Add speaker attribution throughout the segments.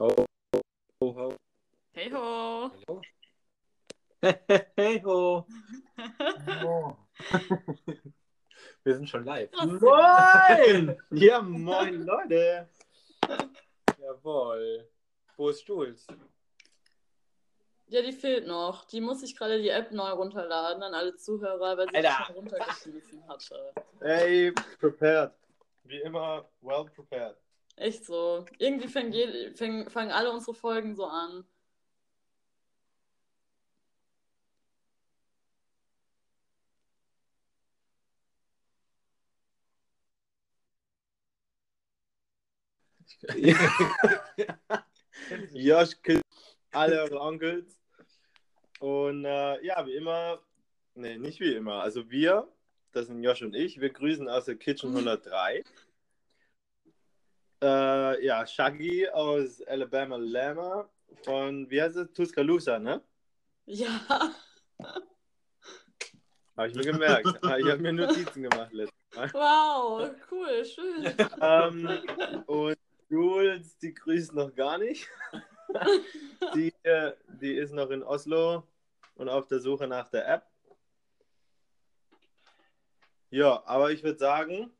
Speaker 1: Ho, ho, ho.
Speaker 2: Hey ho!
Speaker 1: Hey, ho. Wir sind schon live.
Speaker 3: Moin! Ja, moin, Leute.
Speaker 1: Jawohl. Wo ist Jules?
Speaker 2: Ja, die fehlt noch. Die muss ich gerade die App neu runterladen an alle Zuhörer, weil sie
Speaker 3: Alter.
Speaker 2: das schon runtergeschmissen hatte.
Speaker 3: Hey, prepared. Wie immer, well prepared.
Speaker 2: Echt so. Irgendwie fängt je, fäng, fangen alle unsere Folgen so an.
Speaker 3: Josh küsst alle eure Onkels. Und äh, ja, wie immer, nee, nicht wie immer. Also wir, das sind Josh und ich, wir grüßen aus der Kitchen 103. Äh, ja, Shaggy aus Alabama Lama von, wie heißt es, Tuscaloosa, ne?
Speaker 2: Ja,
Speaker 3: Habe ich mir gemerkt. ich habe mir Notizen gemacht letztes Mal.
Speaker 2: wow, cool, schön.
Speaker 3: Ähm, und Jules, die grüßt noch gar nicht. Die, äh, die ist noch in Oslo und auf der Suche nach der App. Ja, aber ich würde sagen,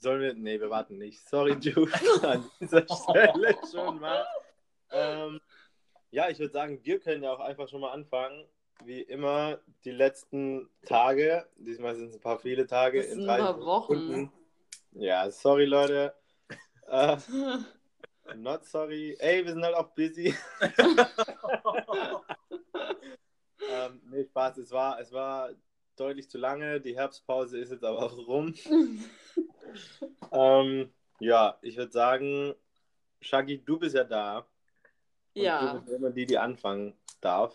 Speaker 3: sollen wir. Nee, wir warten nicht. Sorry, Jules, an dieser Stelle schon mal. Ähm, ja, ich würde sagen, wir können ja auch einfach schon mal anfangen. Wie immer, die letzten Tage, diesmal sind es ein paar viele Tage,
Speaker 2: Das
Speaker 3: in
Speaker 2: sind
Speaker 3: 30
Speaker 2: ein paar Wochen.
Speaker 3: Sekunden. Ja, sorry, Leute. Äh, Not sorry. Ey, wir sind halt auch busy. ähm, nee, Spaß, es war, es war deutlich zu lange. Die Herbstpause ist jetzt aber auch rum. Ähm, ja, ich würde sagen, Shaggy, du bist ja da. Und Du
Speaker 2: ja,
Speaker 3: bist immer die, die anfangen darf.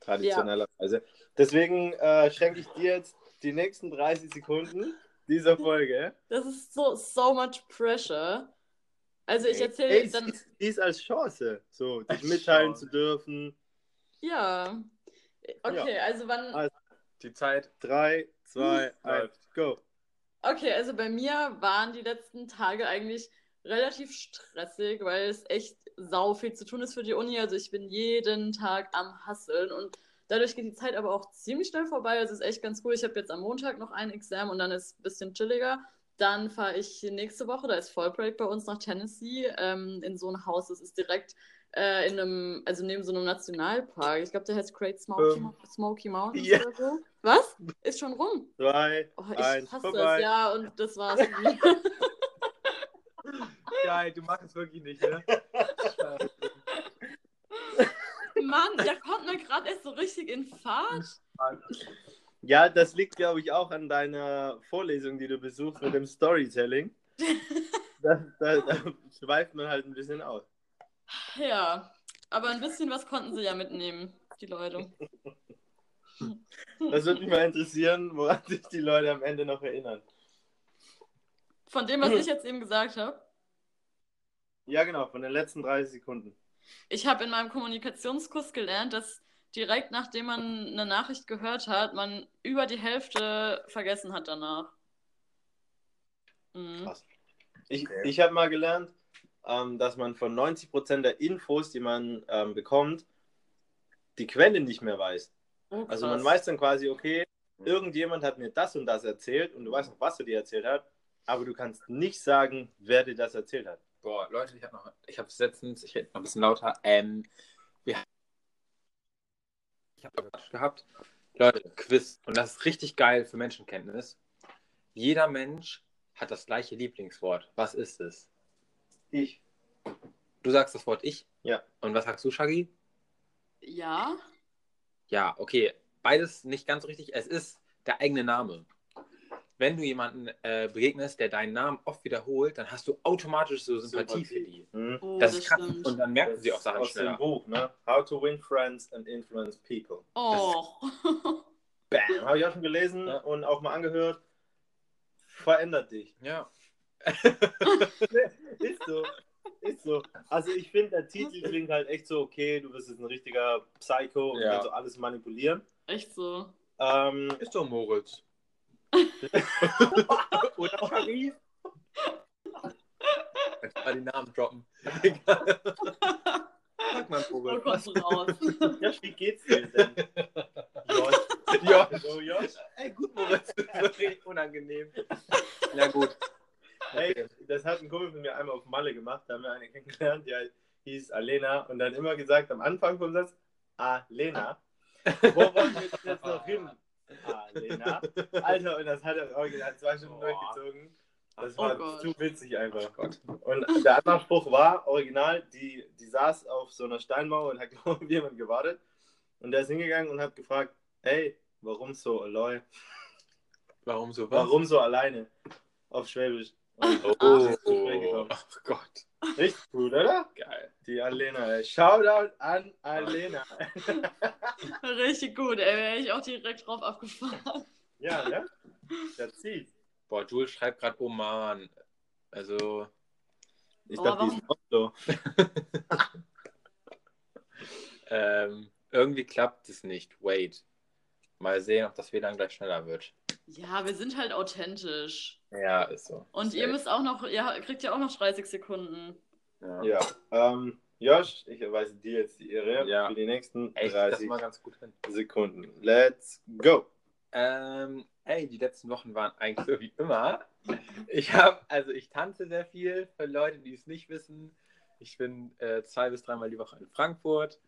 Speaker 3: Traditionellerweise. Deswegen äh, schenke ich dir jetzt die nächsten 30 Sekunden dieser Folge.
Speaker 2: das ist so, so much pressure. Also ich
Speaker 3: Ey,
Speaker 2: erzähle
Speaker 3: sieh's-
Speaker 2: dann,
Speaker 3: sieh's als Chance, so dich
Speaker 1: Als
Speaker 3: mitteilen
Speaker 1: Chance.
Speaker 3: zu dürfen.
Speaker 2: ja. Okay, also wann,
Speaker 3: Also-
Speaker 1: Die Zeit.
Speaker 3: 3, 2,
Speaker 1: Hm.
Speaker 3: 1, go.
Speaker 2: Okay, also bei mir waren die letzten Tage eigentlich relativ stressig, weil es echt sau viel zu tun ist für die Uni. Also ich bin jeden Tag am Hasseln und dadurch geht die Zeit aber auch ziemlich schnell vorbei. Also es ist echt ganz cool. Ich habe jetzt am Montag noch ein Examen und dann ist ein bisschen chilliger. Dann fahre ich nächste Woche, da ist Vollbreak bei uns nach Tennessee, ähm, in so ein Haus. Das ist direkt äh, in einem, also neben so einem Nationalpark. Ich glaube, der heißt Great Smoky,
Speaker 1: Ähm.
Speaker 2: Smoky Mountains
Speaker 3: Ja.
Speaker 2: oder so. Was? Ist schon rum.
Speaker 3: 2,
Speaker 2: Oh, ich
Speaker 3: Eins,
Speaker 2: hasse
Speaker 3: vorbei.
Speaker 2: das, ja, und das war's. mit mir.
Speaker 1: Geil, du machst es wirklich nicht, ne?
Speaker 2: Mann, da kommt man gerade erst so richtig in Fahrt.
Speaker 3: Ja, das liegt, glaube ich, auch an deiner Vorlesung, die du besuchst mit dem Storytelling. da, da, da schweift man halt ein bisschen aus.
Speaker 2: Ja, aber ein bisschen was konnten sie ja mitnehmen, die Leute.
Speaker 3: Das würde mich mal interessieren, woran sich die Leute am Ende noch erinnern.
Speaker 2: Von dem, was ich jetzt eben gesagt habe.
Speaker 3: Ja, genau, von den letzten 30 Sekunden.
Speaker 2: Ich habe in meinem Kommunikationskurs gelernt, dass direkt nachdem man eine Nachricht gehört hat, man über die Hälfte vergessen hat danach. Mhm.
Speaker 3: Krass. Ich, ich habe mal gelernt, ähm, dass man von 90% der Infos, die man ähm, bekommt, die Quelle nicht mehr weiß.
Speaker 2: Oh,
Speaker 3: Also
Speaker 2: krass.
Speaker 3: man weiß dann quasi, okay,
Speaker 1: Mhm.
Speaker 3: irgendjemand hat mir das und das erzählt und du weißt noch, was er dir erzählt hat, aber du kannst nicht sagen, wer dir das erzählt hat.
Speaker 1: Boah, Leute, ich habe noch, ich habe letztens, ich rede mal ein bisschen lauter. Ähm, wir ich habe gehabt, Leute, Quiz und das ist richtig geil für Menschenkenntnis. Jeder Mensch hat das gleiche Lieblingswort. Was ist es?
Speaker 3: Ich.
Speaker 1: Du sagst das Wort ich.
Speaker 3: Ja.
Speaker 1: Und was sagst du, Shaggy?
Speaker 2: Ja?
Speaker 1: Ja, okay. Beides nicht ganz so richtig. Es ist der eigene Name. Wenn du jemanden äh, begegnest, der deinen Namen oft wiederholt, dann hast du automatisch so Sympathie, für
Speaker 3: Sympathie.
Speaker 1: die.
Speaker 3: Hm?
Speaker 2: Oh,
Speaker 1: Das ist krass. Und dann merken
Speaker 3: Das
Speaker 1: sie auch
Speaker 3: ist
Speaker 1: Sachen
Speaker 3: aus dem
Speaker 1: schneller.
Speaker 3: Buch, ne? How to Win Friends and Influence People.
Speaker 2: Oh.
Speaker 3: Bam. Habe ich auch schon gelesen
Speaker 1: Ja.
Speaker 3: und auch mal angehört. Verändert dich.
Speaker 1: Ja.
Speaker 3: Ist so. Ist so. Also ich finde, der Titel klingt halt echt so, okay, du bist jetzt ein richtiger Psycho und
Speaker 1: Ja.
Speaker 3: kannst so alles manipulieren.
Speaker 2: Echt so.
Speaker 3: Ähm,
Speaker 1: Ist doch Moritz. Oder Shaggy? mal die Namen droppen. Egal. Sag mal,
Speaker 2: Voll
Speaker 1: Vogel.
Speaker 2: kommt Oh, raus.
Speaker 3: Josh, wie geht's dir denn? Josh.
Speaker 1: Josh.
Speaker 3: Hallo, Josh.
Speaker 1: Ey, gut, Moritz. Das ist wirklich unangenehm. Ja, gut.
Speaker 3: Hey, das hat ein Kumpel von mir einmal auf Malle gemacht. Da haben wir eine kennengelernt, die halt hieß Alena und dann immer gesagt am Anfang vom Satz: Alena. Wo wollen wir denn jetzt noch hin? Alena. Alter, und das hat er original zwei Stunden
Speaker 1: Boah.
Speaker 3: durchgezogen. Das
Speaker 2: Oh
Speaker 3: war Oh
Speaker 2: Gott.
Speaker 3: zu witzig einfach.
Speaker 1: Gott.
Speaker 3: Und der andere Spruch war original, die, die saß auf so einer Steinmauer und hat auf jemand gewartet. Und der ist hingegangen und hat gefragt, hey, warum so alloy?
Speaker 1: Warum so was?
Speaker 3: Warum so alleine? Auf Schwäbisch. Und
Speaker 1: Oh,
Speaker 3: das ist ins Gespräch
Speaker 1: oh.
Speaker 3: gekommen.
Speaker 1: Ach Gott.
Speaker 3: Richtig gut, oder?
Speaker 1: Geil.
Speaker 3: Die Alena. ey. Shoutout an Alena.
Speaker 2: Richtig gut, ey. Wäre ich auch direkt drauf abgefahren.
Speaker 3: ja, ne? Das zieht.
Speaker 1: Boah, Jules schreibt gerade Oman. Also,
Speaker 3: Ich
Speaker 2: Oh,
Speaker 3: dachte,
Speaker 2: warum?
Speaker 3: die ist auch so.
Speaker 1: ähm, irgendwie klappt es nicht. Wait. Mal sehen, ob das WLAN gleich schneller wird.
Speaker 2: Ja, wir sind halt authentisch.
Speaker 1: Ja, ist so.
Speaker 2: Und ihr
Speaker 1: Safe.
Speaker 2: müsst auch noch, ihr kriegt ja auch noch 30 Sekunden.
Speaker 1: Ja.
Speaker 3: Ja. Ähm, Josh, ich erweise dir jetzt die Ehre
Speaker 1: Ja.
Speaker 3: für die nächsten
Speaker 1: Echt, das
Speaker 3: 30
Speaker 1: mal ganz gut hin.
Speaker 3: Sekunden. Let's go.
Speaker 1: Ähm, ey, die letzten Wochen waren eigentlich so wie immer. Ich habe, also ich tanze sehr viel für Leute, die es nicht wissen. Ich bin äh, zwei bis dreimal die Woche in Frankfurt.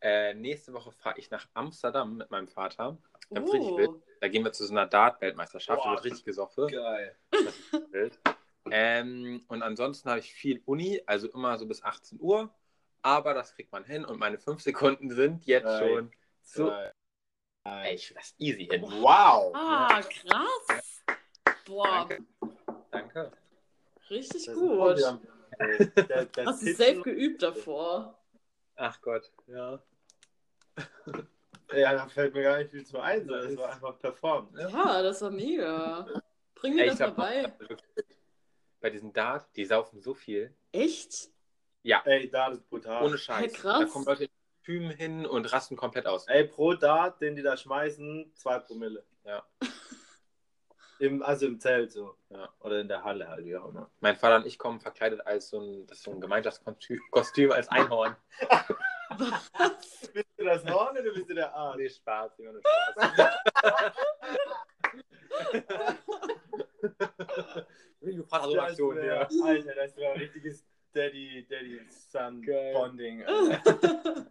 Speaker 1: Äh, nächste Woche fahre ich nach Amsterdam mit meinem Vater. Ja, richtig wild.
Speaker 2: Oh.
Speaker 1: Da gehen wir zu so einer Dart-Weltmeisterschaft. Da
Speaker 3: Boah.
Speaker 1: wird richtig gesoffen.
Speaker 3: Geil.
Speaker 1: Bild. Ähm, und ansonsten habe ich viel Uni, also immer so bis 18 Uhr. Aber das kriegt man hin und meine fünf Sekunden sind jetzt
Speaker 3: Drei,
Speaker 1: schon so.
Speaker 3: Drei.
Speaker 1: Ey, ich will das easy hin.
Speaker 3: Wow.
Speaker 2: ah, krass. Boah,
Speaker 1: Danke. Danke.
Speaker 2: richtig
Speaker 3: Das ist
Speaker 2: gut.
Speaker 3: ein Podium. Äh, Der- der
Speaker 2: Hast du
Speaker 3: Titel-
Speaker 2: safe geübt davor?
Speaker 1: Ach Gott, ja.
Speaker 3: Ja, da fällt mir gar nicht viel zu ein. so. Das war einfach performt.
Speaker 2: Ja, das war mega. Bring mir
Speaker 1: Ey,
Speaker 2: das
Speaker 1: ich hab
Speaker 2: vorbei.
Speaker 1: noch- wirklich, bei diesem Dart, die saufen so viel.
Speaker 2: Echt?
Speaker 3: Ey, da ist brutal.
Speaker 1: Ohne Scheiß.
Speaker 2: Hey, krass.
Speaker 1: Da kommen Leute in Kostümen hin und rasten komplett aus.
Speaker 3: Ey, pro Dart, den die da schmeißen, zwei Promille.
Speaker 1: Ja.
Speaker 3: Im, also im Zelt so.
Speaker 1: Ja.
Speaker 3: Oder in der Halle halt, wie auch immer.
Speaker 1: Mein Vater und ich kommen verkleidet als so ein, das ist so ein Gemeinschaftskostüm Kostüm als Einhorn.
Speaker 2: Was?
Speaker 3: Bist du das Horn oder bist du der Arsch?
Speaker 1: Nee, Spaß, immer nur Spaß. Richtige Vateraktion, ja.
Speaker 3: Alter, das war ein richtiges Daddy, Daddy Son
Speaker 1: Geil.
Speaker 3: Bonding. Alter.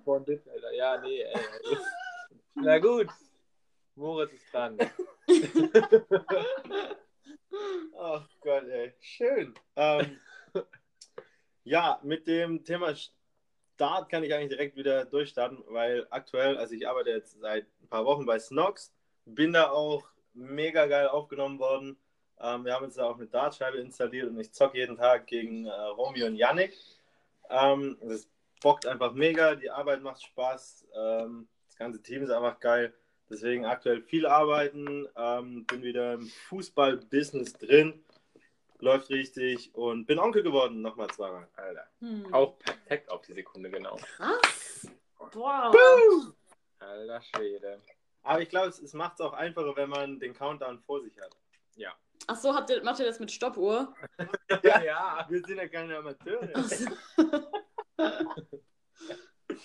Speaker 1: Bondit, Alter. Ja, nee, ey. also, Na gut. Moritz ist dran.
Speaker 3: Ach Gott, ey. Schön. Ähm, ja, mit dem Thema Start kann ich eigentlich direkt wieder durchstarten, weil aktuell, also ich arbeite jetzt seit ein paar Wochen bei Snox, bin da auch mega geil aufgenommen worden. Ähm, wir haben uns da auch eine Dartscheibe installiert und ich zocke jeden Tag gegen äh, Romeo und Yannick. Ähm, das bockt einfach mega, die Arbeit macht Spaß, ähm, das ganze Team ist einfach geil. Deswegen aktuell viel arbeiten, ähm, bin wieder im Fußball-Business drin, läuft richtig und bin Onkel geworden, nochmal zweimal.
Speaker 1: Alter.
Speaker 2: Hm.
Speaker 1: Auch perfekt auf die Sekunde, genau.
Speaker 2: Krass. Boah.
Speaker 1: Alter Schwede.
Speaker 3: Aber ich glaube, es, es macht es auch einfacher, wenn man den Countdown vor sich hat.
Speaker 2: Ach so, habt ihr, macht ihr das mit Stoppuhr?
Speaker 1: Ja, ja.
Speaker 3: Wir sind ja keine Amateure.
Speaker 2: Ach so.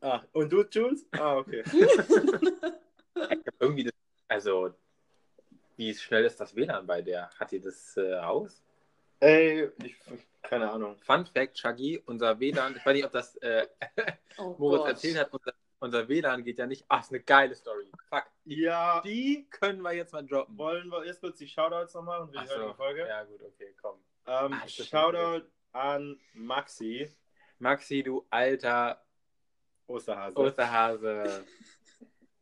Speaker 3: Ah, und du, Jules? Ah, okay.
Speaker 1: Ich hab irgendwie, das, also, wie schnell ist das WLAN bei der? Hat die das äh, aus?
Speaker 3: Ey, ich, keine Ahnung.
Speaker 1: Fun Fact, Shaggy, unser WLAN, ich weiß nicht, ob das äh,
Speaker 2: Oh
Speaker 1: Moritz
Speaker 2: Gott.
Speaker 1: erzählt hat, unser, unser WLAN geht ja nicht. Ach, ist eine geile Story. Fuck.
Speaker 3: Ja,
Speaker 1: Die können wir jetzt mal droppen.
Speaker 3: wollen wir erst kurz die Shoutouts noch machen für die
Speaker 1: Ach so.
Speaker 3: heutige Folge?
Speaker 1: Ja, gut, okay, komm.
Speaker 3: Ähm,
Speaker 1: Ah, ist das
Speaker 3: Shoutout an Maxi
Speaker 1: Maxi, du alter
Speaker 3: Osterhase.
Speaker 1: Osterhase.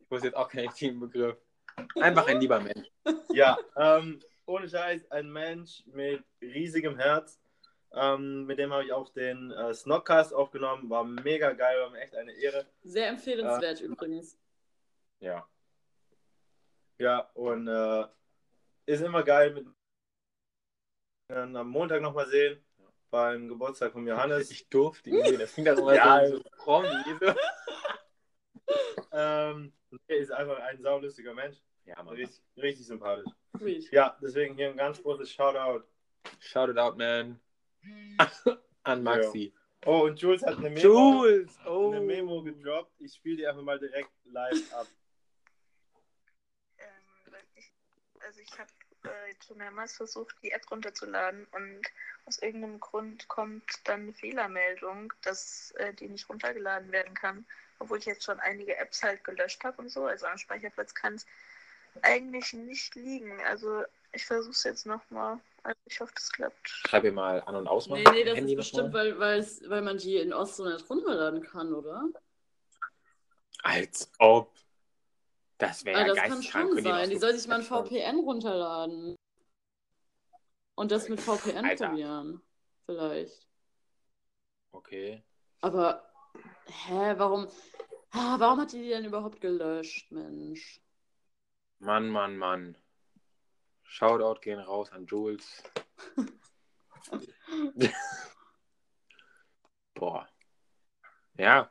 Speaker 1: Ich wusste jetzt auch keinen richtigen Begriff. Einfach ein lieber Mensch.
Speaker 3: Ja, ähm, ohne Scheiß, ein Mensch mit riesigem Herz. Ähm, mit dem habe ich auch den äh, Snockcast aufgenommen. War mega geil, war mir echt eine Ehre.
Speaker 2: Sehr empfehlenswert übrigens.
Speaker 1: Ja.
Speaker 3: Ja, und äh, ist immer geil mit dann am Montag nochmal sehen beim Geburtstag von Johannes.
Speaker 1: Ich durfte ihn sehen. Das ging dann immer
Speaker 3: Ja.
Speaker 1: so, so Promi. So.
Speaker 3: Ähm, er ist einfach ein saulustiger Mensch.
Speaker 1: Ja, Mann.
Speaker 3: Richtig, richtig sympathisch.
Speaker 2: Sweet.
Speaker 3: Ja, deswegen hier ein ganz großes Shoutout
Speaker 1: Shout it out, man. An Maxi.
Speaker 3: Oh, und Jules hat eine Memo,
Speaker 1: Jules! Oh.
Speaker 3: Eine Memo gedroppt. Ich spiele die einfach mal direkt live ab.
Speaker 4: ähm, weil ich, also ich habe äh, schon mehrmals versucht, die App runterzuladen und aus irgendeinem Grund kommt dann eine Fehlermeldung, dass äh, die nicht runtergeladen werden kann, obwohl ich jetzt schon einige Apps halt gelöscht habe und so. Also am Speicherplatz kann es eigentlich nicht liegen. Also ich versuche es jetzt nochmal. Also ich hoffe, das klappt.
Speaker 1: Schreib ihr mal an und aus.
Speaker 2: Nee,
Speaker 1: machen.
Speaker 2: nee, das
Speaker 1: Handy
Speaker 2: ist
Speaker 1: noch
Speaker 2: bestimmt,
Speaker 1: mal.
Speaker 2: weil, weil's, weil man die in Ost so nicht runterladen kann, oder?
Speaker 1: Als ob. Das wäre
Speaker 2: Ah,
Speaker 1: ja
Speaker 2: das kann
Speaker 1: geisteskrank.
Speaker 2: schon
Speaker 1: wenn
Speaker 2: sein.
Speaker 1: das
Speaker 2: Die
Speaker 1: so-
Speaker 2: soll sich mal ein VPN runterladen. Und das mit VPN
Speaker 1: Alter.
Speaker 2: probieren. Vielleicht.
Speaker 1: Okay.
Speaker 2: Aber, hä, warum? Ah, warum hat die die denn überhaupt gelöscht, Mensch?
Speaker 1: Mann, Mann, Mann. Shoutout gehen raus an Jules. Boah. Ja.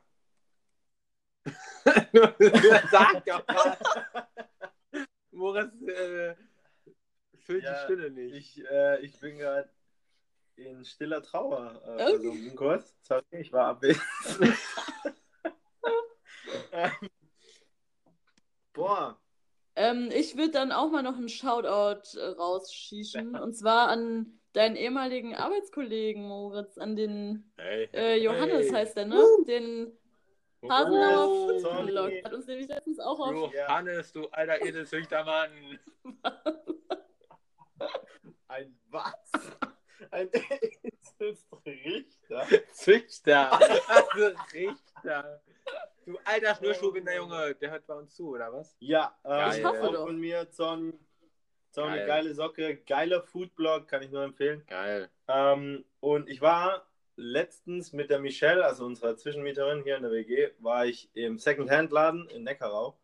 Speaker 1: Sag doch mal. Moritz äh, füllt
Speaker 3: Ja,
Speaker 1: die Stille nicht.
Speaker 3: Ich, äh, ich bin gerade in stiller Trauer äh,
Speaker 2: Okay.
Speaker 3: versunken kurz. Sorry, ich war abwesend. ähm, boah,
Speaker 2: Ähm, ich würde dann auch mal noch einen Shoutout äh, rausschießen. Und zwar an deinen ehemaligen Arbeitskollegen, Moritz, an den
Speaker 1: Hey.
Speaker 2: äh, Johannes
Speaker 1: Hey.
Speaker 2: heißt der, ne? Den Hasenauer
Speaker 1: Oh,
Speaker 3: Johannes,
Speaker 2: Foodblog.
Speaker 3: sorry.
Speaker 2: Hat uns nämlich letztens auch auf.
Speaker 1: Johannes, du alter Edelzüchtermann.
Speaker 3: ein was? Ein Richter?
Speaker 1: Züchter. Also Richter. Du alter Schnürschuhbinder Junge, der hört bei uns zu, oder was?
Speaker 3: Ja, ähm,
Speaker 1: Ich
Speaker 2: hoffe
Speaker 3: auch
Speaker 2: doch.
Speaker 3: von mir, Zorn, Zorn, eine
Speaker 1: Geil.
Speaker 3: geile Socke, geiler Foodblog, kann ich nur empfehlen.
Speaker 1: Geil.
Speaker 3: Ähm, und ich war letztens mit der Michelle, also unserer Zwischenmieterin hier in der WG, war ich im Secondhand-Laden in Neckarau.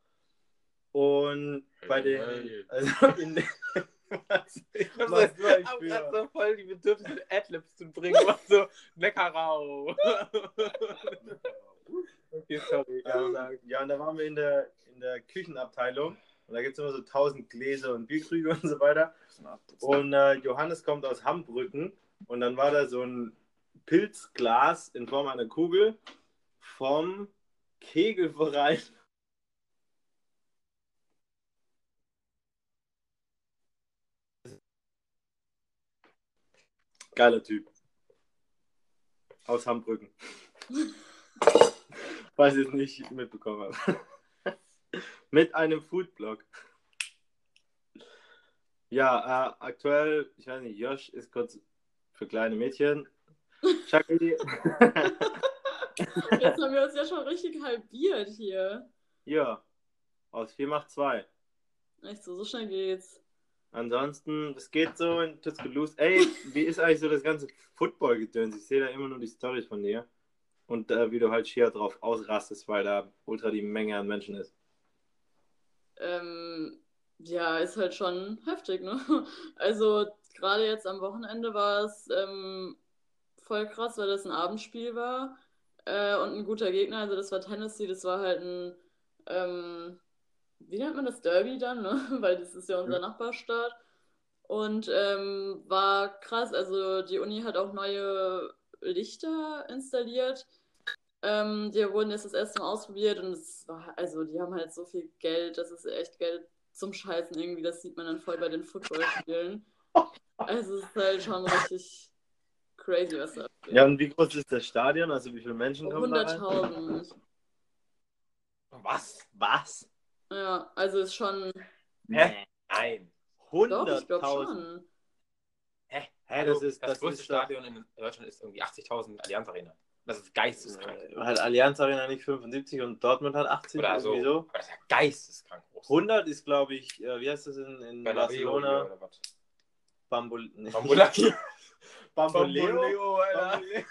Speaker 3: Und bei
Speaker 1: Hey.
Speaker 3: den. Also in den was,
Speaker 1: Ich hab so,
Speaker 3: was war ich
Speaker 1: hab grad
Speaker 3: für?
Speaker 1: so voll die Bedürfnisse, Adlibs zu bringen. Und so, Neckarau. okay, sorry. Ja,
Speaker 3: Ähm,
Speaker 1: sag.
Speaker 3: ja, und da waren wir in der, in der Küchenabteilung. Und da gibt es immer so tausend Gläser und Bierkrüge und so weiter. Und äh, Johannes kommt aus Hambrücken und dann war da so ein Pilzglas in Form einer Kugel vom Kegelverein. Geiler Typ. Aus Hambrücken. Falls ihr es nicht mitbekommen habt. Mit einem Foodblog. Ja, äh, aktuell, ich weiß nicht, Josh ist kurz für kleine Mädchen. Chucky,
Speaker 2: Jetzt haben wir uns ja schon richtig halbiert hier.
Speaker 3: ja, aus 4 macht 2.
Speaker 2: Echt so, so schnell geht's.
Speaker 3: Ansonsten, es geht so in Tuscaloosa. Ey, wie ist eigentlich so das ganze Football-Gedöns? Ich sehe da immer nur die Storys von dir. Und äh, wie du halt schier drauf ausrastest, weil da ultra die Menge an Menschen ist.
Speaker 2: Ähm, ja, ist halt schon heftig, ne? Also, gerade jetzt am Wochenende war es ähm, voll krass, weil das ein Abendspiel war äh, und ein guter Gegner. Also, das war Tennessee, das war halt ein, ähm, wie nennt man das Derby dann, ne? Weil das ist ja unser Nachbarstaat. Und ähm, war krass, also die Uni hat auch neue Lichter installiert. Ähm, die wurden jetzt das erste Mal ausprobiert und es war, also die haben halt so viel Geld, das ist echt Geld zum Scheißen irgendwie, das sieht man dann voll bei den Footballspielen. Also es ist halt schon richtig crazy, was da abgeht.
Speaker 3: Ja, und wie groß ist das Stadion? Also, wie viele Menschen kommen da rein?
Speaker 2: 100.000.
Speaker 1: Was?
Speaker 3: Was?
Speaker 2: Ja, also ist schon,
Speaker 1: Hä? Nein.
Speaker 2: doch, ich glaube
Speaker 3: 100.000?
Speaker 2: schon.
Speaker 1: Hä?
Speaker 3: Hä,
Speaker 1: das,
Speaker 3: das ist-
Speaker 1: Also, das,
Speaker 3: das
Speaker 1: größte
Speaker 3: ist doch-
Speaker 1: Stadion in Deutschland ist irgendwie 80.000 Allianz Arena. Das ist geisteskrank.
Speaker 3: Hat Allianz Arena nicht 75 und Dortmund hat 80
Speaker 1: Oder also so.
Speaker 3: irgendwie so?
Speaker 1: Aber das ist ja geisteskrank groß.
Speaker 3: 100 ist, glaube ich, äh, wie heißt das in, in
Speaker 1: Bernabeu
Speaker 3: Barcelona?
Speaker 1: oder was?
Speaker 3: Bambul nee.
Speaker 1: Bambulaki.
Speaker 3: Bamboleo?
Speaker 1: Alter.
Speaker 3: Bamboleo.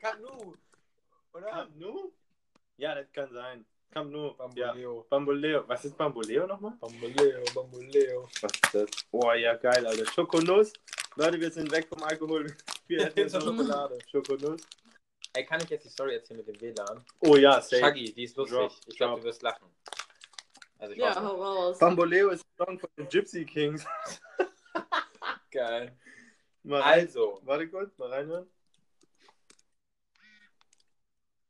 Speaker 1: Camp Nou. Oder?
Speaker 3: Camp Nou? Ja, das kann sein. Camp Nou. Ja.
Speaker 1: Bambuleo.
Speaker 3: Bamboleo. Was ist Bamboleo nochmal?
Speaker 1: Bambuleo, Bamboleo.
Speaker 3: Was ist das? Oh ja, geil, Alter. Schokonuss. Leute, wir sind weg vom Alkohol. Wir essen jetzt
Speaker 1: Zur
Speaker 3: Schokolade. Schokonuss.
Speaker 1: Ey, kann ich jetzt die Story erzählen mit dem WLAN?
Speaker 3: Oh ja, safe.
Speaker 1: Shaggy, die ist lustig.
Speaker 3: Drop,
Speaker 1: ich glaube,
Speaker 3: drop.
Speaker 1: du wirst lachen. Also ich
Speaker 2: Ja,
Speaker 1: hoffe.
Speaker 2: hau raus.
Speaker 3: Bamboleo ist ein Song von den Gypsy Kings.
Speaker 1: Geil.
Speaker 3: Mal rein-
Speaker 1: Also,
Speaker 3: Warte kurz, mal reinhören.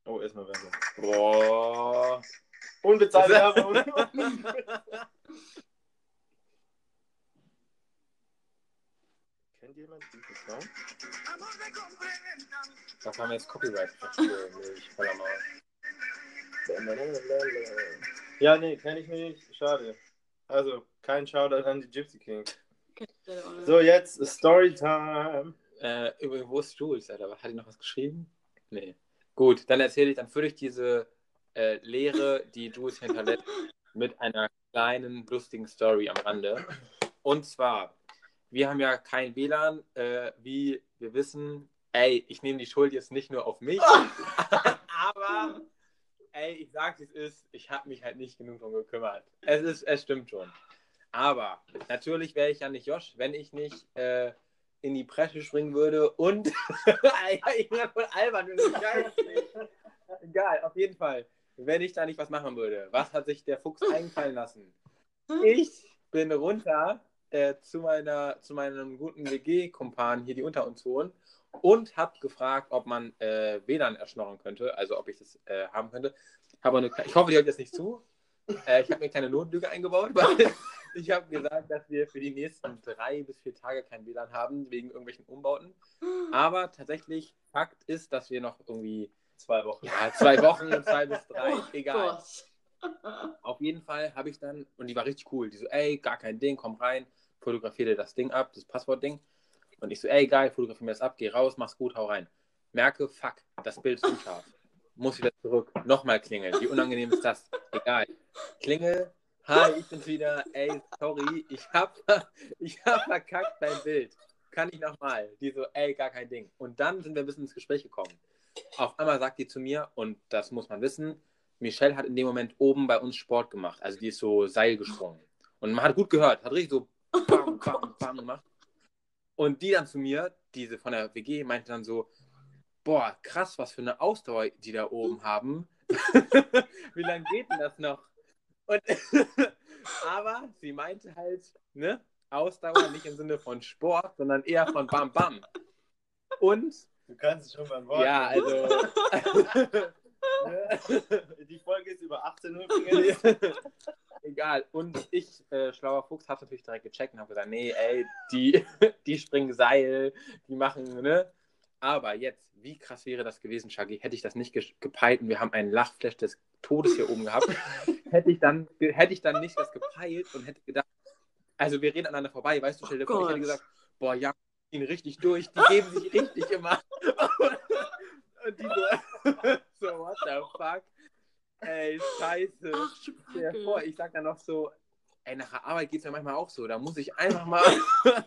Speaker 3: Oh, erstmal Werbung.
Speaker 1: boah.
Speaker 3: Unbezahlte Werbung. Kennt jemand diesen Song?
Speaker 1: Da haben wir jetzt Copyright. Ich voll am Arsch.
Speaker 3: Ja, nee, kenne ich nicht. Schade. Also, kein Shoutout an die Gypsy Kings. So, jetzt Storytime.
Speaker 1: Äh, übrigens, wo ist Jules, Alter? Hat die noch was geschrieben? Nee. Gut, dann erzähle ich, dann fülle ich diese äh, Lehre, die Jules hinterlässt, mit einer kleinen, lustigen Story am Rande. Und zwar, wir haben ja kein WLAN, äh, wie wir wissen. Ey, ich nehme die Schuld jetzt nicht nur auf mich, aber ey, ich sag's, es ist, ich habe mich halt nicht genug drum gekümmert. Es ist, es stimmt schon. Aber natürlich wäre ich ja nicht Josh, wenn ich nicht äh, in die Presse springen würde und Ey, ich bin voll albern. das ist geil. Egal, auf jeden Fall. Wenn ich da nicht was machen würde, was hat sich der Fuchs einfallen lassen? Ich bin runter äh, zu, meiner, zu meinem guten WG-Kumpan hier, die unter uns wohnen, und habe gefragt, ob man äh, WLAN erschnorren könnte, also ob ich das äh, haben könnte. Hab auch eine, kle- ich hoffe, die hört jetzt nicht zu. Äh, ich habe mir eine kleine Notlüge eingebaut, weil ich habe gesagt, dass wir für die nächsten drei bis vier Tage kein WLAN haben, wegen irgendwelchen Umbauten. Aber tatsächlich, Fakt ist, dass wir noch irgendwie
Speaker 3: Zwei Wochen.
Speaker 1: ja, zwei Wochen, zwei bis drei,
Speaker 2: Oh
Speaker 1: egal.
Speaker 2: Gott.
Speaker 1: Auf jeden Fall habe ich dann, und die war richtig cool, die so, ey, gar kein Ding, komm rein, fotografier dir das Ding ab, das Passwortding. Und ich so, ey, geil, fotografier mir das ab, geh raus, mach's gut, hau rein. Merke, fuck, das Bild ist unscharf. Muss wieder zurück, nochmal klingeln, wie unangenehm ist das? Egal. Klingel, hi, ich bin's wieder, ey, sorry, ich hab, ich hab verkackt dein Bild. Kann ich nochmal? Die so, ey, gar kein Ding. Und dann sind wir ein bisschen ins Gespräch gekommen. Auf einmal sagt die zu mir, und das muss man wissen, Michelle hat in dem Moment oben bei uns Sport gemacht. Also die ist so Seil gesprungen. Und man hat gut gehört, hat richtig so bam, bam, bam gemacht. Und die dann zu mir, diese von der WG, meinte dann so, boah, krass, was für eine Ausdauer die da oben haben. Wie lange geht denn das noch? Und Aber sie meinte halt, ne, Ausdauer nicht im Sinne von Sport, sondern eher von Bam Bam. Und,
Speaker 3: Du kannst es schon beim Wort.
Speaker 1: ja, also...
Speaker 3: Die Folge ist über 18 Hüpflinge.
Speaker 1: Egal. Und ich, äh, schlauer Fuchs, habe natürlich direkt gecheckt und habe gesagt, nee, ey, die, die springen Seil, die machen, ne? Aber jetzt, wie krass wäre das gewesen, Shaggy, hätte ich das nicht ge- gepeilt und wir haben einen Lachflash des Todes hier oben gehabt, hätte ich dann, hätte ich dann nicht das gepeilt und hätte gedacht, also wir reden aneinander vorbei, weißt du, stell dir
Speaker 2: Oh
Speaker 1: vor, ich hätte
Speaker 2: Gott.
Speaker 1: gesagt, boah, ja, die gehen richtig durch, die geben sich richtig immer. und die so, so, what the fuck? Ey, scheiße.
Speaker 2: Ach, du
Speaker 1: Stell dir
Speaker 2: Kacke.
Speaker 1: vor, ich sag dann noch so, ey, nach der Arbeit geht's mir manchmal auch so, da muss ich einfach mal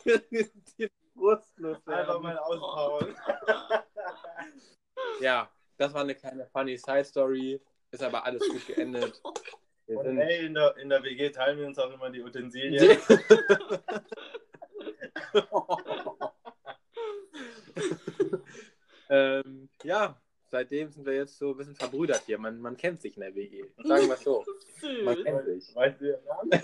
Speaker 1: die Brust
Speaker 3: Einfach
Speaker 1: loswerden.
Speaker 3: mal auspowern.
Speaker 1: Ja, das war eine kleine funny Side-Story, ist aber alles gut geendet. Wir
Speaker 3: Und
Speaker 1: sind,
Speaker 3: ey, in der, in der WG teilen wir uns auch immer die Utensilien.
Speaker 1: ähm, ja, seitdem sind wir jetzt so ein bisschen verbrüdert hier, man, man kennt sich in der WG, sagen wir so, man
Speaker 2: Süß.
Speaker 1: kennt sich.
Speaker 3: Weißt du, ja.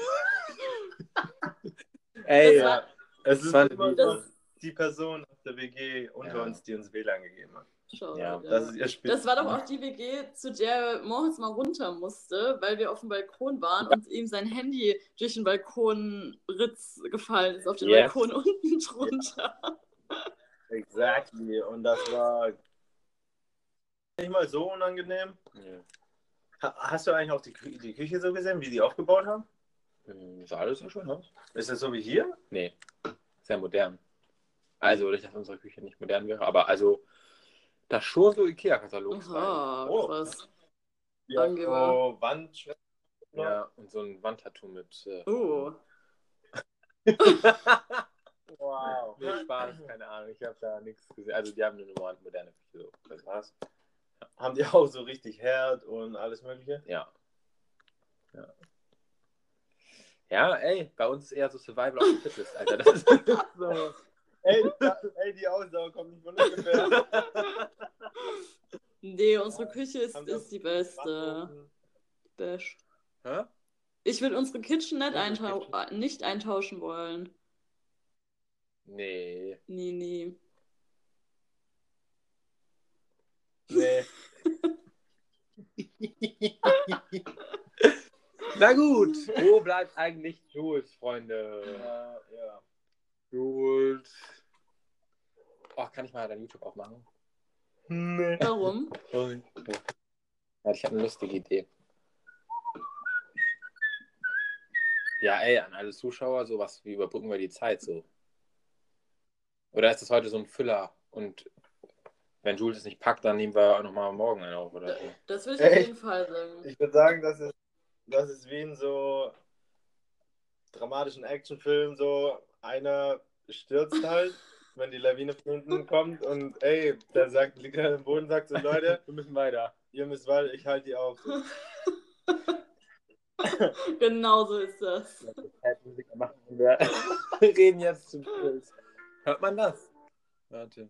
Speaker 1: Ey,
Speaker 2: Das war-
Speaker 1: ja.
Speaker 3: Es ist
Speaker 1: Das-
Speaker 3: immer so
Speaker 2: das-
Speaker 3: die Person aus der WG unter
Speaker 1: Ja.
Speaker 3: uns, die uns WLAN gegeben hat.
Speaker 2: Schau,
Speaker 1: Ja,
Speaker 2: Leute.
Speaker 3: Das ist ihr Spiel.
Speaker 2: Das war doch auch die WG, zu der Moritz mal runter musste, weil wir auf dem Balkon waren und ihm sein Handy durch den Balkonritz gefallen ist, auf den
Speaker 1: Yes.
Speaker 2: Balkon unten drunter.
Speaker 3: Exactly. Und das war nicht mal so unangenehm. Ha- Hast du eigentlich auch die, Kü die Küche so gesehen, wie die aufgebaut haben?
Speaker 1: Ähm, Sah alles so schön aus.
Speaker 3: Ist das so wie hier?
Speaker 1: Nee, sehr modern. Also, nicht, dass unsere Küche nicht modern wäre, aber also, das schon so Ikea-Katalog.
Speaker 2: Aha,
Speaker 3: Oh.
Speaker 2: krass.
Speaker 3: Ja,
Speaker 2: Angeber.
Speaker 3: so Wand.
Speaker 1: Ja, und so ein Wandtattoo mit. Äh,
Speaker 2: Oh.
Speaker 3: Wow.
Speaker 1: nee, Spaß, keine Ahnung, ich habe da nichts gesehen. Also, die haben eine normale, moderne Küche. So. Das war's.
Speaker 3: Haben die auch so richtig Herd und alles Mögliche?
Speaker 1: Ja. ja. Ja, ey, bei uns ist eher so Survival of the Fittest, Alter. Das ist so.
Speaker 3: Ey, da, ey die Ausdauer kommt nicht von ungefähr.
Speaker 2: Nee, unsere Küche ist,
Speaker 3: Haben die auch
Speaker 2: ist die beste.
Speaker 3: Wand-
Speaker 2: Best.
Speaker 1: Hä?
Speaker 2: Ich würde unsere Kitchenette
Speaker 1: Unsere
Speaker 2: eintau nicht eintauschen wollen.
Speaker 1: Nee.
Speaker 2: Nee, nee.
Speaker 3: Nee.
Speaker 1: Na gut, wo bleibt eigentlich Jules, Freunde?
Speaker 3: Äh, ja.
Speaker 1: Jules. Oh, kann ich mal dein YouTube aufmachen?
Speaker 3: Nee.
Speaker 2: Warum?
Speaker 1: Sorry. Warte, ich habe eine lustige Idee. Ja, ey, an alle Zuschauer, sowas wie überbrücken wir die Zeit so. Oder ist das heute so ein Füller? Und wenn Jules es nicht packt, dann nehmen wir auch nochmal morgen einen auf oder so.
Speaker 2: Das würde ich auf
Speaker 3: Ey.
Speaker 2: jeden Fall sagen.
Speaker 3: Ich würde sagen, das ist, das ist wie in so dramatischen Actionfilmen so einer stürzt halt, wenn die Lawine von unten kommt und ey, der sagt, liegt er am Boden, sagt so, Leute,
Speaker 1: Wir müssen weiter.
Speaker 3: ihr müsst weiter, ich halte die auf.
Speaker 2: Genau so ist das.
Speaker 1: Musiker machen wir. wir reden jetzt zu Jules. Hört man das? Warte,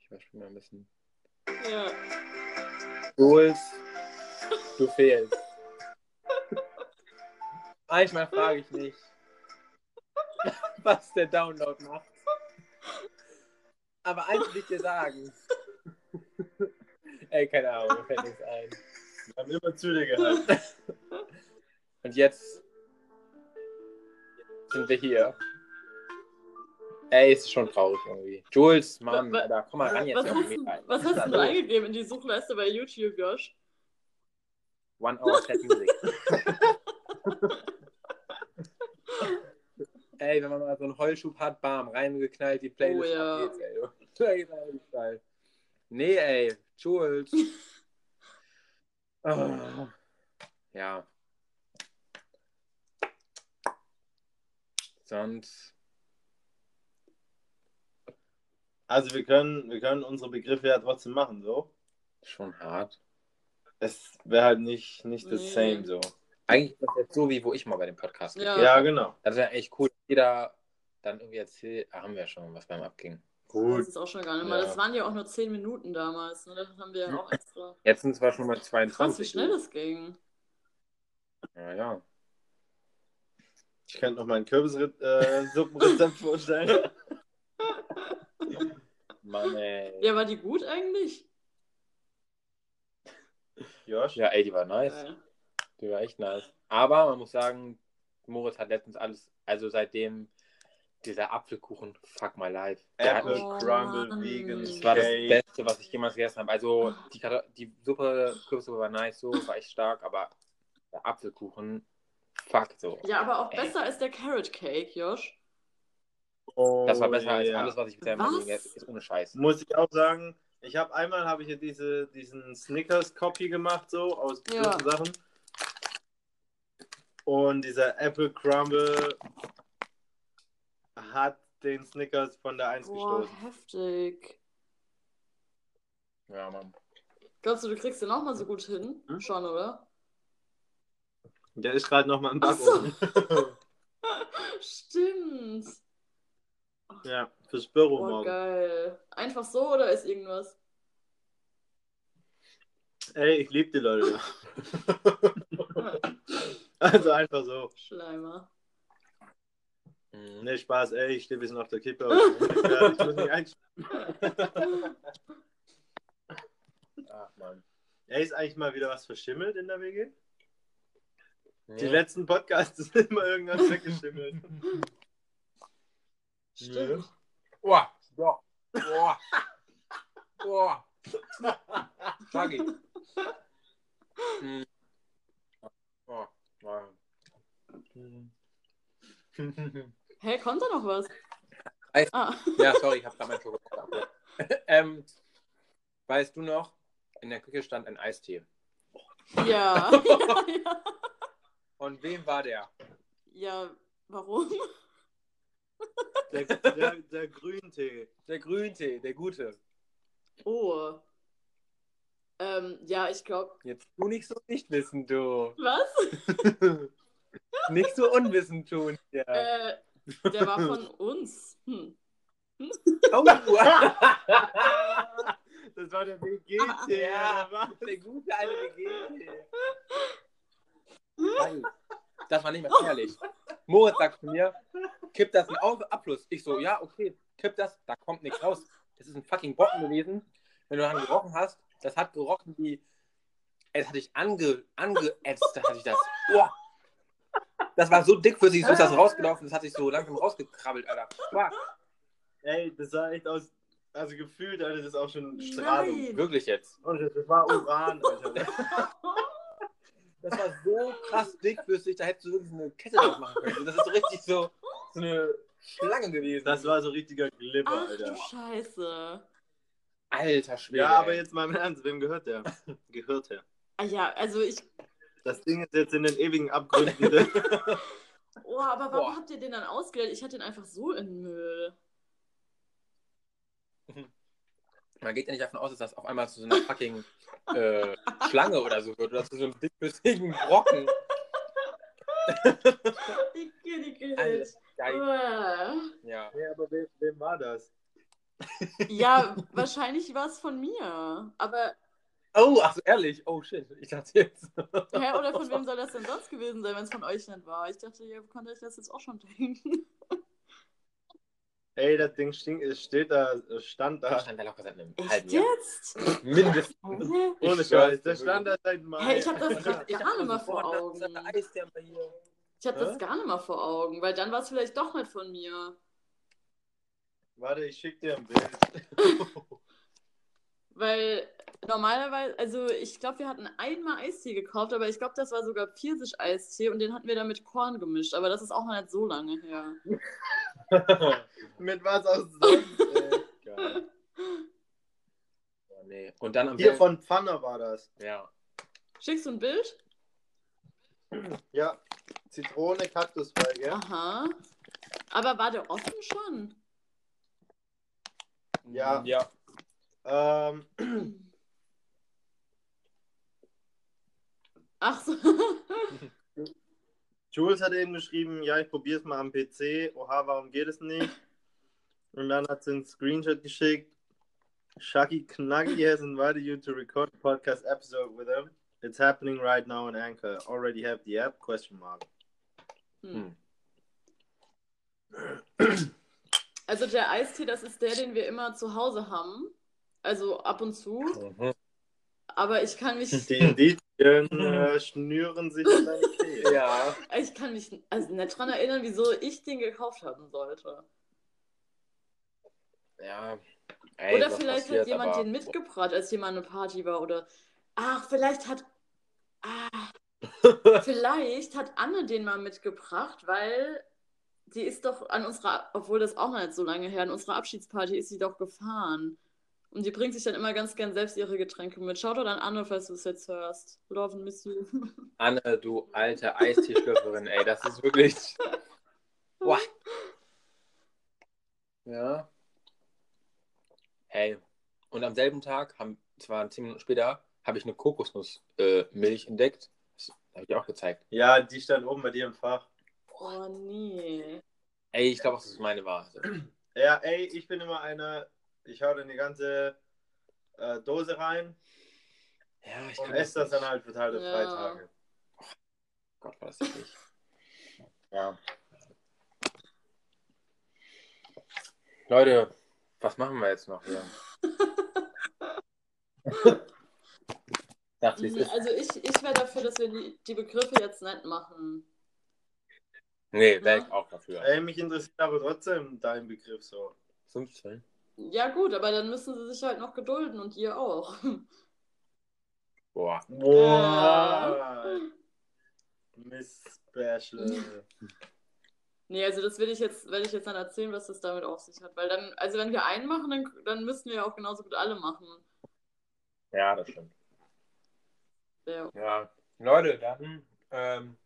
Speaker 1: ich möchte mal ein bisschen.
Speaker 2: Ja.
Speaker 1: Jules, du fehlst. Manchmal frage ich mich, was der Download macht. Aber eins will ich dir sagen. Ey, keine Ahnung, mir fällt nichts ein.
Speaker 3: Wir haben immer Züge gehabt.
Speaker 1: Und jetzt sind wir hier. Ey, ist schon traurig irgendwie. Jules, Mann,
Speaker 2: Wa- wa-
Speaker 1: Alter, komm mal ran jetzt.
Speaker 2: Was hast,
Speaker 1: irgendwie
Speaker 2: du,
Speaker 1: rein.
Speaker 2: was
Speaker 1: ist da
Speaker 2: hast du
Speaker 1: los?
Speaker 2: eingegeben in die Suchleiste bei YouTube, Josh?
Speaker 1: One Hour Set Music. ey, wenn man mal so einen Heulschub hat, bam, reingeknallt, die Playlist.
Speaker 2: Oh ja.
Speaker 1: ab geht's, ey. Da geht's alles steil. Nee, ey, Jules. Ah. Ja. Sonst.
Speaker 3: Also wir können, wir können unsere Begriffe ja trotzdem machen, so.
Speaker 1: Schon hart.
Speaker 3: Es wäre halt nicht, nicht das
Speaker 2: Nee.
Speaker 3: same so.
Speaker 1: Eigentlich ist das jetzt so, wie wo ich mal bei dem Podcast
Speaker 2: Ja.
Speaker 1: gekriegt
Speaker 3: Ja, genau.
Speaker 1: Das ist ja echt cool. Jeder dann irgendwie erzählt, ah, haben wir schon, was beim Abging.
Speaker 2: Das ist auch schon gar nicht mal.
Speaker 1: Ja.
Speaker 2: Das waren ja auch nur 10 Minuten damals. Ne? Das haben wir ja auch extra.
Speaker 1: Jetzt sind zwar schon mal
Speaker 2: Krass, wie
Speaker 1: 22.
Speaker 2: schnell das ging.
Speaker 1: Ja, ja.
Speaker 3: Ich könnte noch mal ein Kürbissuppenrezept vorstellen.
Speaker 1: Mann, ey.
Speaker 2: Ja, war die gut eigentlich?
Speaker 3: Josh?
Speaker 1: Ja, ey, die war nice.
Speaker 2: Geil.
Speaker 1: Die war echt nice. Aber man muss sagen, Moritz hat letztens alles, also seitdem dieser Apfelkuchen, fuck my life. Der hat
Speaker 3: Apple
Speaker 1: mich,
Speaker 2: Oh,
Speaker 3: Crumble
Speaker 2: Mann.
Speaker 3: Vegan
Speaker 1: das war das
Speaker 3: Cake.
Speaker 1: Beste, was ich jemals gegessen habe. Also
Speaker 2: Ah.
Speaker 1: die, Kata- die Suppe, Kürbissuppe war nice, so, war echt stark, aber der Apfelkuchen, fuck so.
Speaker 2: Ja, aber auch
Speaker 1: Ey.
Speaker 2: besser als der Carrot Cake, Josh.
Speaker 3: Oh,
Speaker 1: Das war besser als
Speaker 3: ja. Hm.
Speaker 1: alles, was ich bisher in meinem
Speaker 2: Was?
Speaker 1: Leben gegessen habe. Ist ohne Scheiß.
Speaker 3: Muss ich auch sagen, ich habe einmal habe ich ja diese, diesen Snickers-Copy gemacht, so aus
Speaker 2: Ja.
Speaker 3: bestimmten Sachen. Und dieser Apple Crumble hat den Snickers von der 1
Speaker 2: Boah,
Speaker 3: gestoßen.
Speaker 2: heftig.
Speaker 1: Ja, Mann.
Speaker 2: Glaubst du, du kriegst den auch mal so gut hin?
Speaker 3: Hm?
Speaker 2: Schon, oder?
Speaker 3: Der ist gerade nochmal im
Speaker 2: Ach
Speaker 3: Backofen.
Speaker 2: Stimmt.
Speaker 3: ja, für Spiro
Speaker 2: Boah,
Speaker 3: morgen.
Speaker 2: geil. Einfach so oder ist irgendwas?
Speaker 3: Ey, ich liebe die Leute. also einfach so.
Speaker 2: Schleimer.
Speaker 1: Mhm.
Speaker 3: Ne, Spaß, ey, ich stehe ein bisschen auf der Kippe. aber ich bin fertig, ich muss mich einsch-
Speaker 1: Ach, Mann.
Speaker 3: Ey, ist eigentlich mal wieder was verschimmelt in der WG? Die
Speaker 1: Ja.
Speaker 3: letzten Podcasts ist immer irgendwas weggeschimmelt.
Speaker 2: Stimmt.
Speaker 1: Boah, boah, boah, boah. Sag ich. Hm. Boah, boah.
Speaker 2: Hä, kommt da noch was?
Speaker 1: Eis.
Speaker 2: Ah.
Speaker 1: Ja, sorry, ich habe gerade meinen Schokolade abgehört. ähm, Weißt du noch, in der Küche stand ein Eistee.
Speaker 2: Ja. ja, ja.
Speaker 1: Von wem war der?
Speaker 2: Ja, warum?
Speaker 3: Der, der, der Grüntee.
Speaker 1: Der Grüntee, der gute.
Speaker 2: Oh. Ähm, ja, ich glaube.
Speaker 1: Jetzt tu nicht so nicht wissen, du.
Speaker 2: Was?
Speaker 1: nicht so unwissend tun. Ja.
Speaker 2: Äh, der war von uns. Hm.
Speaker 1: Oh,
Speaker 3: Das war der
Speaker 2: Ah,
Speaker 3: WG-Tee.
Speaker 1: Ja.
Speaker 3: oder was?
Speaker 1: Der gute alte WG. Nein, Das war nicht mehr feierlich. Moritz sagt zu mir, kippt das in Auf Abfluss. Ich so, ja, okay. kipp das, da kommt nichts raus. Das ist ein fucking Brocken gewesen. Wenn du daran gerochen hast, das hat gerochen wie. Es hat dich ange, angeätzt, da hatte ich das. Boah. Das war so dickflüssig, so ist das rausgelaufen, das hat sich so langsam rausgekrabbelt, Alter. Boah.
Speaker 3: Ey, das sah echt aus. Also gefühlt, Alter, das ist auch schon Strahlung.
Speaker 2: Nein.
Speaker 1: Wirklich jetzt.
Speaker 3: Und das war Uran, Alter.
Speaker 1: Das war so krass dickflüssig, da hättest du wirklich eine Kette drauf machen können. Das ist so richtig so, so eine Schlange gewesen.
Speaker 3: Das war so richtiger Glibber,
Speaker 2: Ach
Speaker 3: Alter.
Speaker 2: du Scheiße.
Speaker 1: Alter Schwede.
Speaker 3: Ja, aber
Speaker 1: ey.
Speaker 3: jetzt mal im Ernst, wem gehört der? gehört der.
Speaker 2: Ah Ja, also ich.
Speaker 3: Das Ding ist jetzt in den ewigen Abgründen.
Speaker 2: Oh, aber warum
Speaker 1: Boah.
Speaker 2: habt ihr den dann ausgewählt? Ich hatte den einfach so in den Müll.
Speaker 1: Man geht ja nicht davon aus, dass das auf einmal zu so einer fucking äh, Schlange oder so wird. Oder zu so einem dickflüssigen Brocken.
Speaker 2: Dicke, dicke
Speaker 1: Alles
Speaker 2: Hit.
Speaker 1: Geil.
Speaker 2: Uah.
Speaker 1: Ja.
Speaker 3: nee, aber wem, wem war das?
Speaker 2: Ja, wahrscheinlich war es von mir. Aber,
Speaker 1: Oh, ach so, ehrlich. Oh shit. Ich dachte jetzt.
Speaker 2: hä, oder von wem soll das denn sonst gewesen sein, wenn es von euch nicht war? Ich dachte, ihr konntet euch das jetzt auch schon denken.
Speaker 3: Ey, das Ding stinkt, es steht da, es stand
Speaker 1: Da
Speaker 3: da.
Speaker 1: stand da locker seit einem
Speaker 2: Echt
Speaker 1: halben Jahr.
Speaker 2: jetzt?
Speaker 1: Mindestens.
Speaker 2: Hä?
Speaker 1: Ich
Speaker 3: Ohne
Speaker 1: schwör's
Speaker 3: Scheiß,
Speaker 1: dir
Speaker 3: das stand da
Speaker 1: wirklich.
Speaker 3: seit Mai.
Speaker 2: Hey, ich hab das-
Speaker 3: Ja.
Speaker 2: Ich hab immer vor
Speaker 1: Boah, das ist
Speaker 2: Augen.
Speaker 1: der Eisdämmer hier.
Speaker 2: Ich hatte das
Speaker 3: Hä?
Speaker 2: gar nicht mal vor Augen, weil dann war es vielleicht doch nicht von mir.
Speaker 3: Warte, ich schick dir ein Bild.
Speaker 2: Weil normalerweise, also ich glaube, wir hatten einmal Eistee gekauft, aber ich glaube, das war sogar Pfirsich-Eistee und den hatten wir dann mit Korn gemischt. Aber das ist auch noch nicht so lange her.
Speaker 3: Mit was aus sonst, ey.
Speaker 1: Geil. Oh, nee. Und dann am
Speaker 3: Hier
Speaker 1: selben-
Speaker 3: von Pfanner war das.
Speaker 1: Ja.
Speaker 2: Schickst du ein Bild?
Speaker 3: Ja, Zitrone, Kaktusball, gell?
Speaker 2: Aha. Aber war der offen schon?
Speaker 3: Ja.
Speaker 1: Ja.
Speaker 3: Ähm,
Speaker 2: Ach so. Hm.
Speaker 3: Jules hat eben geschrieben, ja, ich probier's mal am PC. Oha, warum geht es nicht? Und dann hat sie einen Screenshot geschickt. Shaki Knagi has invited you to record a podcast episode with him. It's happening right now on Anchor. Already have the app? Question mark.
Speaker 2: Hm.
Speaker 1: Hm.
Speaker 2: Also der Eistee, das ist der, den wir immer zu Hause haben. Also ab und zu.
Speaker 1: Mhm.
Speaker 2: Aber ich kann mich,
Speaker 3: Die Indizien äh, schnüren sich in deine Kehle.
Speaker 1: Ja.
Speaker 2: ich kann mich also nicht dran erinnern, wieso ich den gekauft haben sollte.
Speaker 1: Ja. Ey,
Speaker 2: oder
Speaker 1: was
Speaker 2: vielleicht
Speaker 1: passiert,
Speaker 2: hat jemand
Speaker 1: aber-
Speaker 2: den mitgebracht, als jemand eine Party war. Oder ach, vielleicht hat. Ah, vielleicht hat Anne den mal mitgebracht, weil die ist doch an unserer, obwohl das auch noch nicht so lange her, an unserer Abschiedsparty ist sie doch gefahren. Und die bringt sich dann immer ganz gern selbst ihre Getränke mit. Schaut doch an Anne, falls du es jetzt hörst. Love and miss you.
Speaker 1: Anne, du alte Eisteeschlürferin, ey, das ist wirklich. Boah. Ja. Hey. Und am selben Tag, haben, zwar zehn Minuten später, habe ich eine Kokosnussmilch äh, Milch entdeckt. Das habe ich dir auch gezeigt.
Speaker 3: Ja, die stand oben bei dir im Fach.
Speaker 2: Oh nee.
Speaker 1: Ey, ich glaube, dass es meine war.
Speaker 3: Ja, ey, ich bin immer einer, ich hau dann die ganze äh, Dose rein
Speaker 1: Ja, ich
Speaker 3: und
Speaker 1: kann
Speaker 3: esse das
Speaker 1: nicht. Oh
Speaker 3: dann halt verteilt auf
Speaker 2: Ja.
Speaker 3: drei Tage.
Speaker 1: Gott, war das nicht. ja. Leute, was machen wir jetzt noch hier? Dachte ich,
Speaker 2: Mhm,
Speaker 1: ist.
Speaker 2: Also ich, ich wäre dafür, dass wir die, die Begriffe jetzt nicht machen.
Speaker 1: Nee, wäre ich auch dafür.
Speaker 3: Ey, mich interessiert aber trotzdem dein Begriff so.
Speaker 1: 15.
Speaker 2: Ja gut, aber dann müssen sie sich halt noch gedulden und ihr auch.
Speaker 1: Boah.
Speaker 3: Boah! Miss Special.
Speaker 2: Nee, also das will ich jetzt, werde ich jetzt dann erzählen, was das damit auf sich hat. Weil dann, also wenn wir einen machen, dann, dann müssen wir auch genauso gut alle machen.
Speaker 1: Ja, das stimmt.
Speaker 2: Ja.
Speaker 1: Ja. Leute, dann ähm,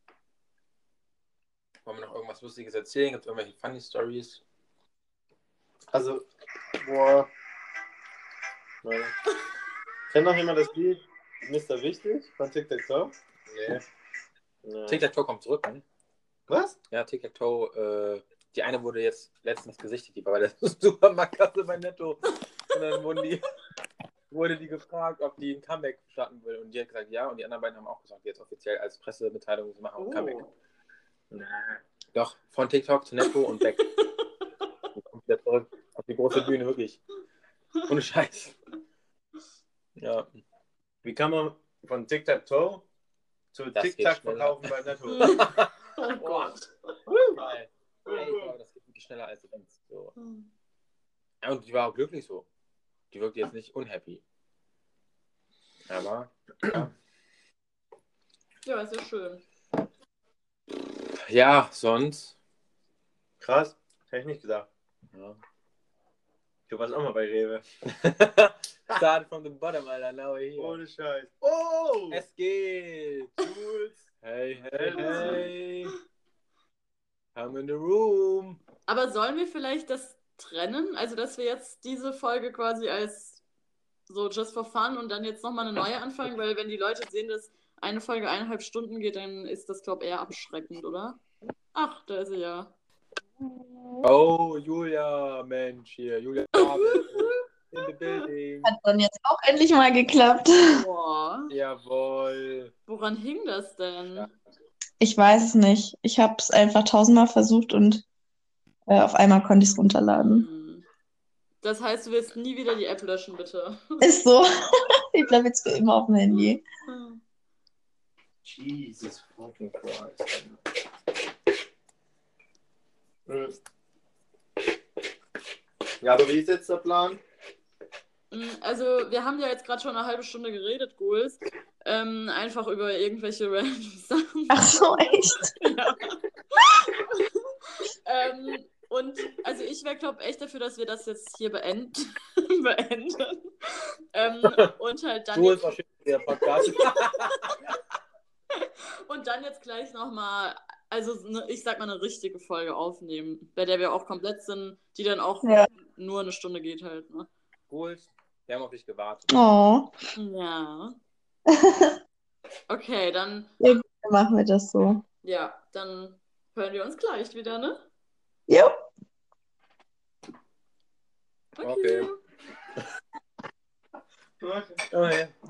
Speaker 1: wollen wir noch irgendwas Lustiges erzählen? Gibt es irgendwelche Funny Stories?
Speaker 3: Also, boah. Leute. Kennt noch jemand das Lied? Mr. Wichtig von Tic Tac Toe? Nee.
Speaker 1: Tic Tac Toe kommt zurück, ne?
Speaker 3: Was?
Speaker 1: Ja, Tic Tac Toe. Äh, die eine wurde jetzt letztens gesichtigt, die war bei der Supermarktkasse bei Netto. Und dann wurden die, wurde die gefragt, ob die ein Comeback starten will. Und die hat gesagt, ja. Und die anderen beiden haben auch gesagt, jetzt offiziell als Pressemitteilung, sie machen ein Comeback.
Speaker 2: Oh.
Speaker 3: Nein.
Speaker 1: Doch, von TikTok zu Netto und weg. wieder zurück. Auf die große Bühne, wirklich. Ohne Scheiß. Ja.
Speaker 3: Wie kann man von Tic-Tac-Toe zu
Speaker 1: Das geht
Speaker 3: Tic-Tac
Speaker 1: schneller.
Speaker 3: verkaufen bei Netto?
Speaker 2: oh Gott.
Speaker 1: Geil. Ja, ich glaube, das geht wirklich schneller als du denkst. So.
Speaker 2: Hm.
Speaker 1: Ja, und die war auch glücklich so. Die wirkte jetzt nicht unhappy. Aber,
Speaker 2: Ja, ist ja schön.
Speaker 1: ja, sonst.
Speaker 3: Krass, hätte ich nicht gedacht.
Speaker 1: Ja.
Speaker 3: Du warst auch mal bei Rewe.
Speaker 1: Start from the bottom, Alter. Now we're here.
Speaker 3: Ohne Scheiß. Oh!
Speaker 1: Es geht.
Speaker 3: Jules.
Speaker 1: Hey, hey, hey. Come in the room.
Speaker 2: Aber sollen wir vielleicht das trennen? Also, dass wir jetzt diese Folge quasi als so just for fun und dann jetzt nochmal eine neue anfangen, weil wenn die Leute sehen, dass eine Folge eineinhalb Stunden geht, dann ist das, glaube ich, eher abschreckend, oder? Ach, da ist sie ja.
Speaker 1: Oh, Julia, Mensch, hier. Julia Kabel. in the building.
Speaker 5: Hat dann jetzt auch endlich mal geklappt.
Speaker 2: Boah,
Speaker 1: Jawohl.
Speaker 2: woran hing das denn?
Speaker 1: Ja.
Speaker 5: Ich weiß es nicht. Ich habe es einfach tausendmal versucht und äh, auf einmal konnte ich es runterladen.
Speaker 2: Hm. Das heißt, du wirst nie wieder die App löschen, bitte.
Speaker 5: Ist so. ich bleibe jetzt für immer auf dem Handy.
Speaker 1: Jesus fucking Christ.
Speaker 3: Äh. Ja, aber wie ist jetzt der Plan?
Speaker 2: Hm, Also, wir haben ja jetzt gerade schon eine halbe Stunde geredet, Gules. Ähm, einfach über irgendwelche random Sachen.
Speaker 5: Ach so, echt?
Speaker 2: Ja. ähm, und also ich wäre, glaube echt dafür, dass wir das jetzt hier beenden. beenden. Ähm, und halt dann
Speaker 1: Du ist
Speaker 2: jetzt,
Speaker 1: auch schön, der Podcast.
Speaker 2: und dann jetzt gleich nochmal, also ne, ich sag mal, eine richtige Folge aufnehmen, bei der wir auch komplett sind, die dann auch
Speaker 5: Ja.
Speaker 2: nur eine Stunde geht halt. Ne?
Speaker 1: Gold. Wir haben auf dich gewartet.
Speaker 5: Oh,
Speaker 2: Ja. Okay, dann,
Speaker 5: dann machen wir das so.
Speaker 2: ja, dann hören wir uns gleich wieder, ne?
Speaker 5: Jo.
Speaker 1: Okay.
Speaker 3: Okay.
Speaker 1: Okay.